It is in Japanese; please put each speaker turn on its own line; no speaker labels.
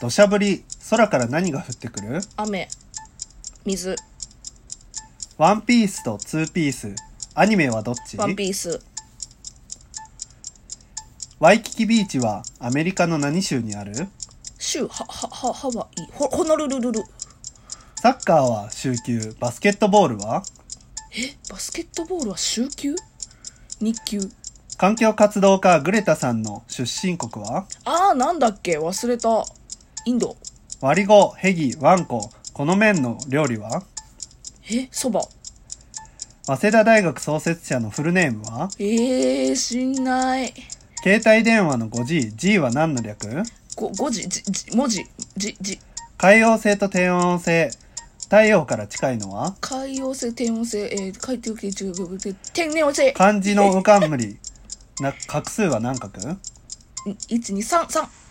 土砂降り、空から何が降ってくる
雨水
ワンピースとツーピース、アニメはどっち
ワンピース
ワイキキビーチはアメリカの何州にある
州はははハワイほホノルルルル
サッカーは週休、バスケットボールは
えバスケットボールは週休日給
環境活動家グレタさんの出身国は
あーなんだっけ忘れたインド
割り子、ヘギ、ワンコ、この麺の料理は
えそば
早稲田大学創設者のフルネームは
えー、しんない
携帯電話の 5G、G は何の略
ご5時じじ文字じじ
海洋性と低温性、太陽から近いのは
海洋性天温性えー、海底系中国で天然温性
漢字の無冠無理。な、画数は何画
1233123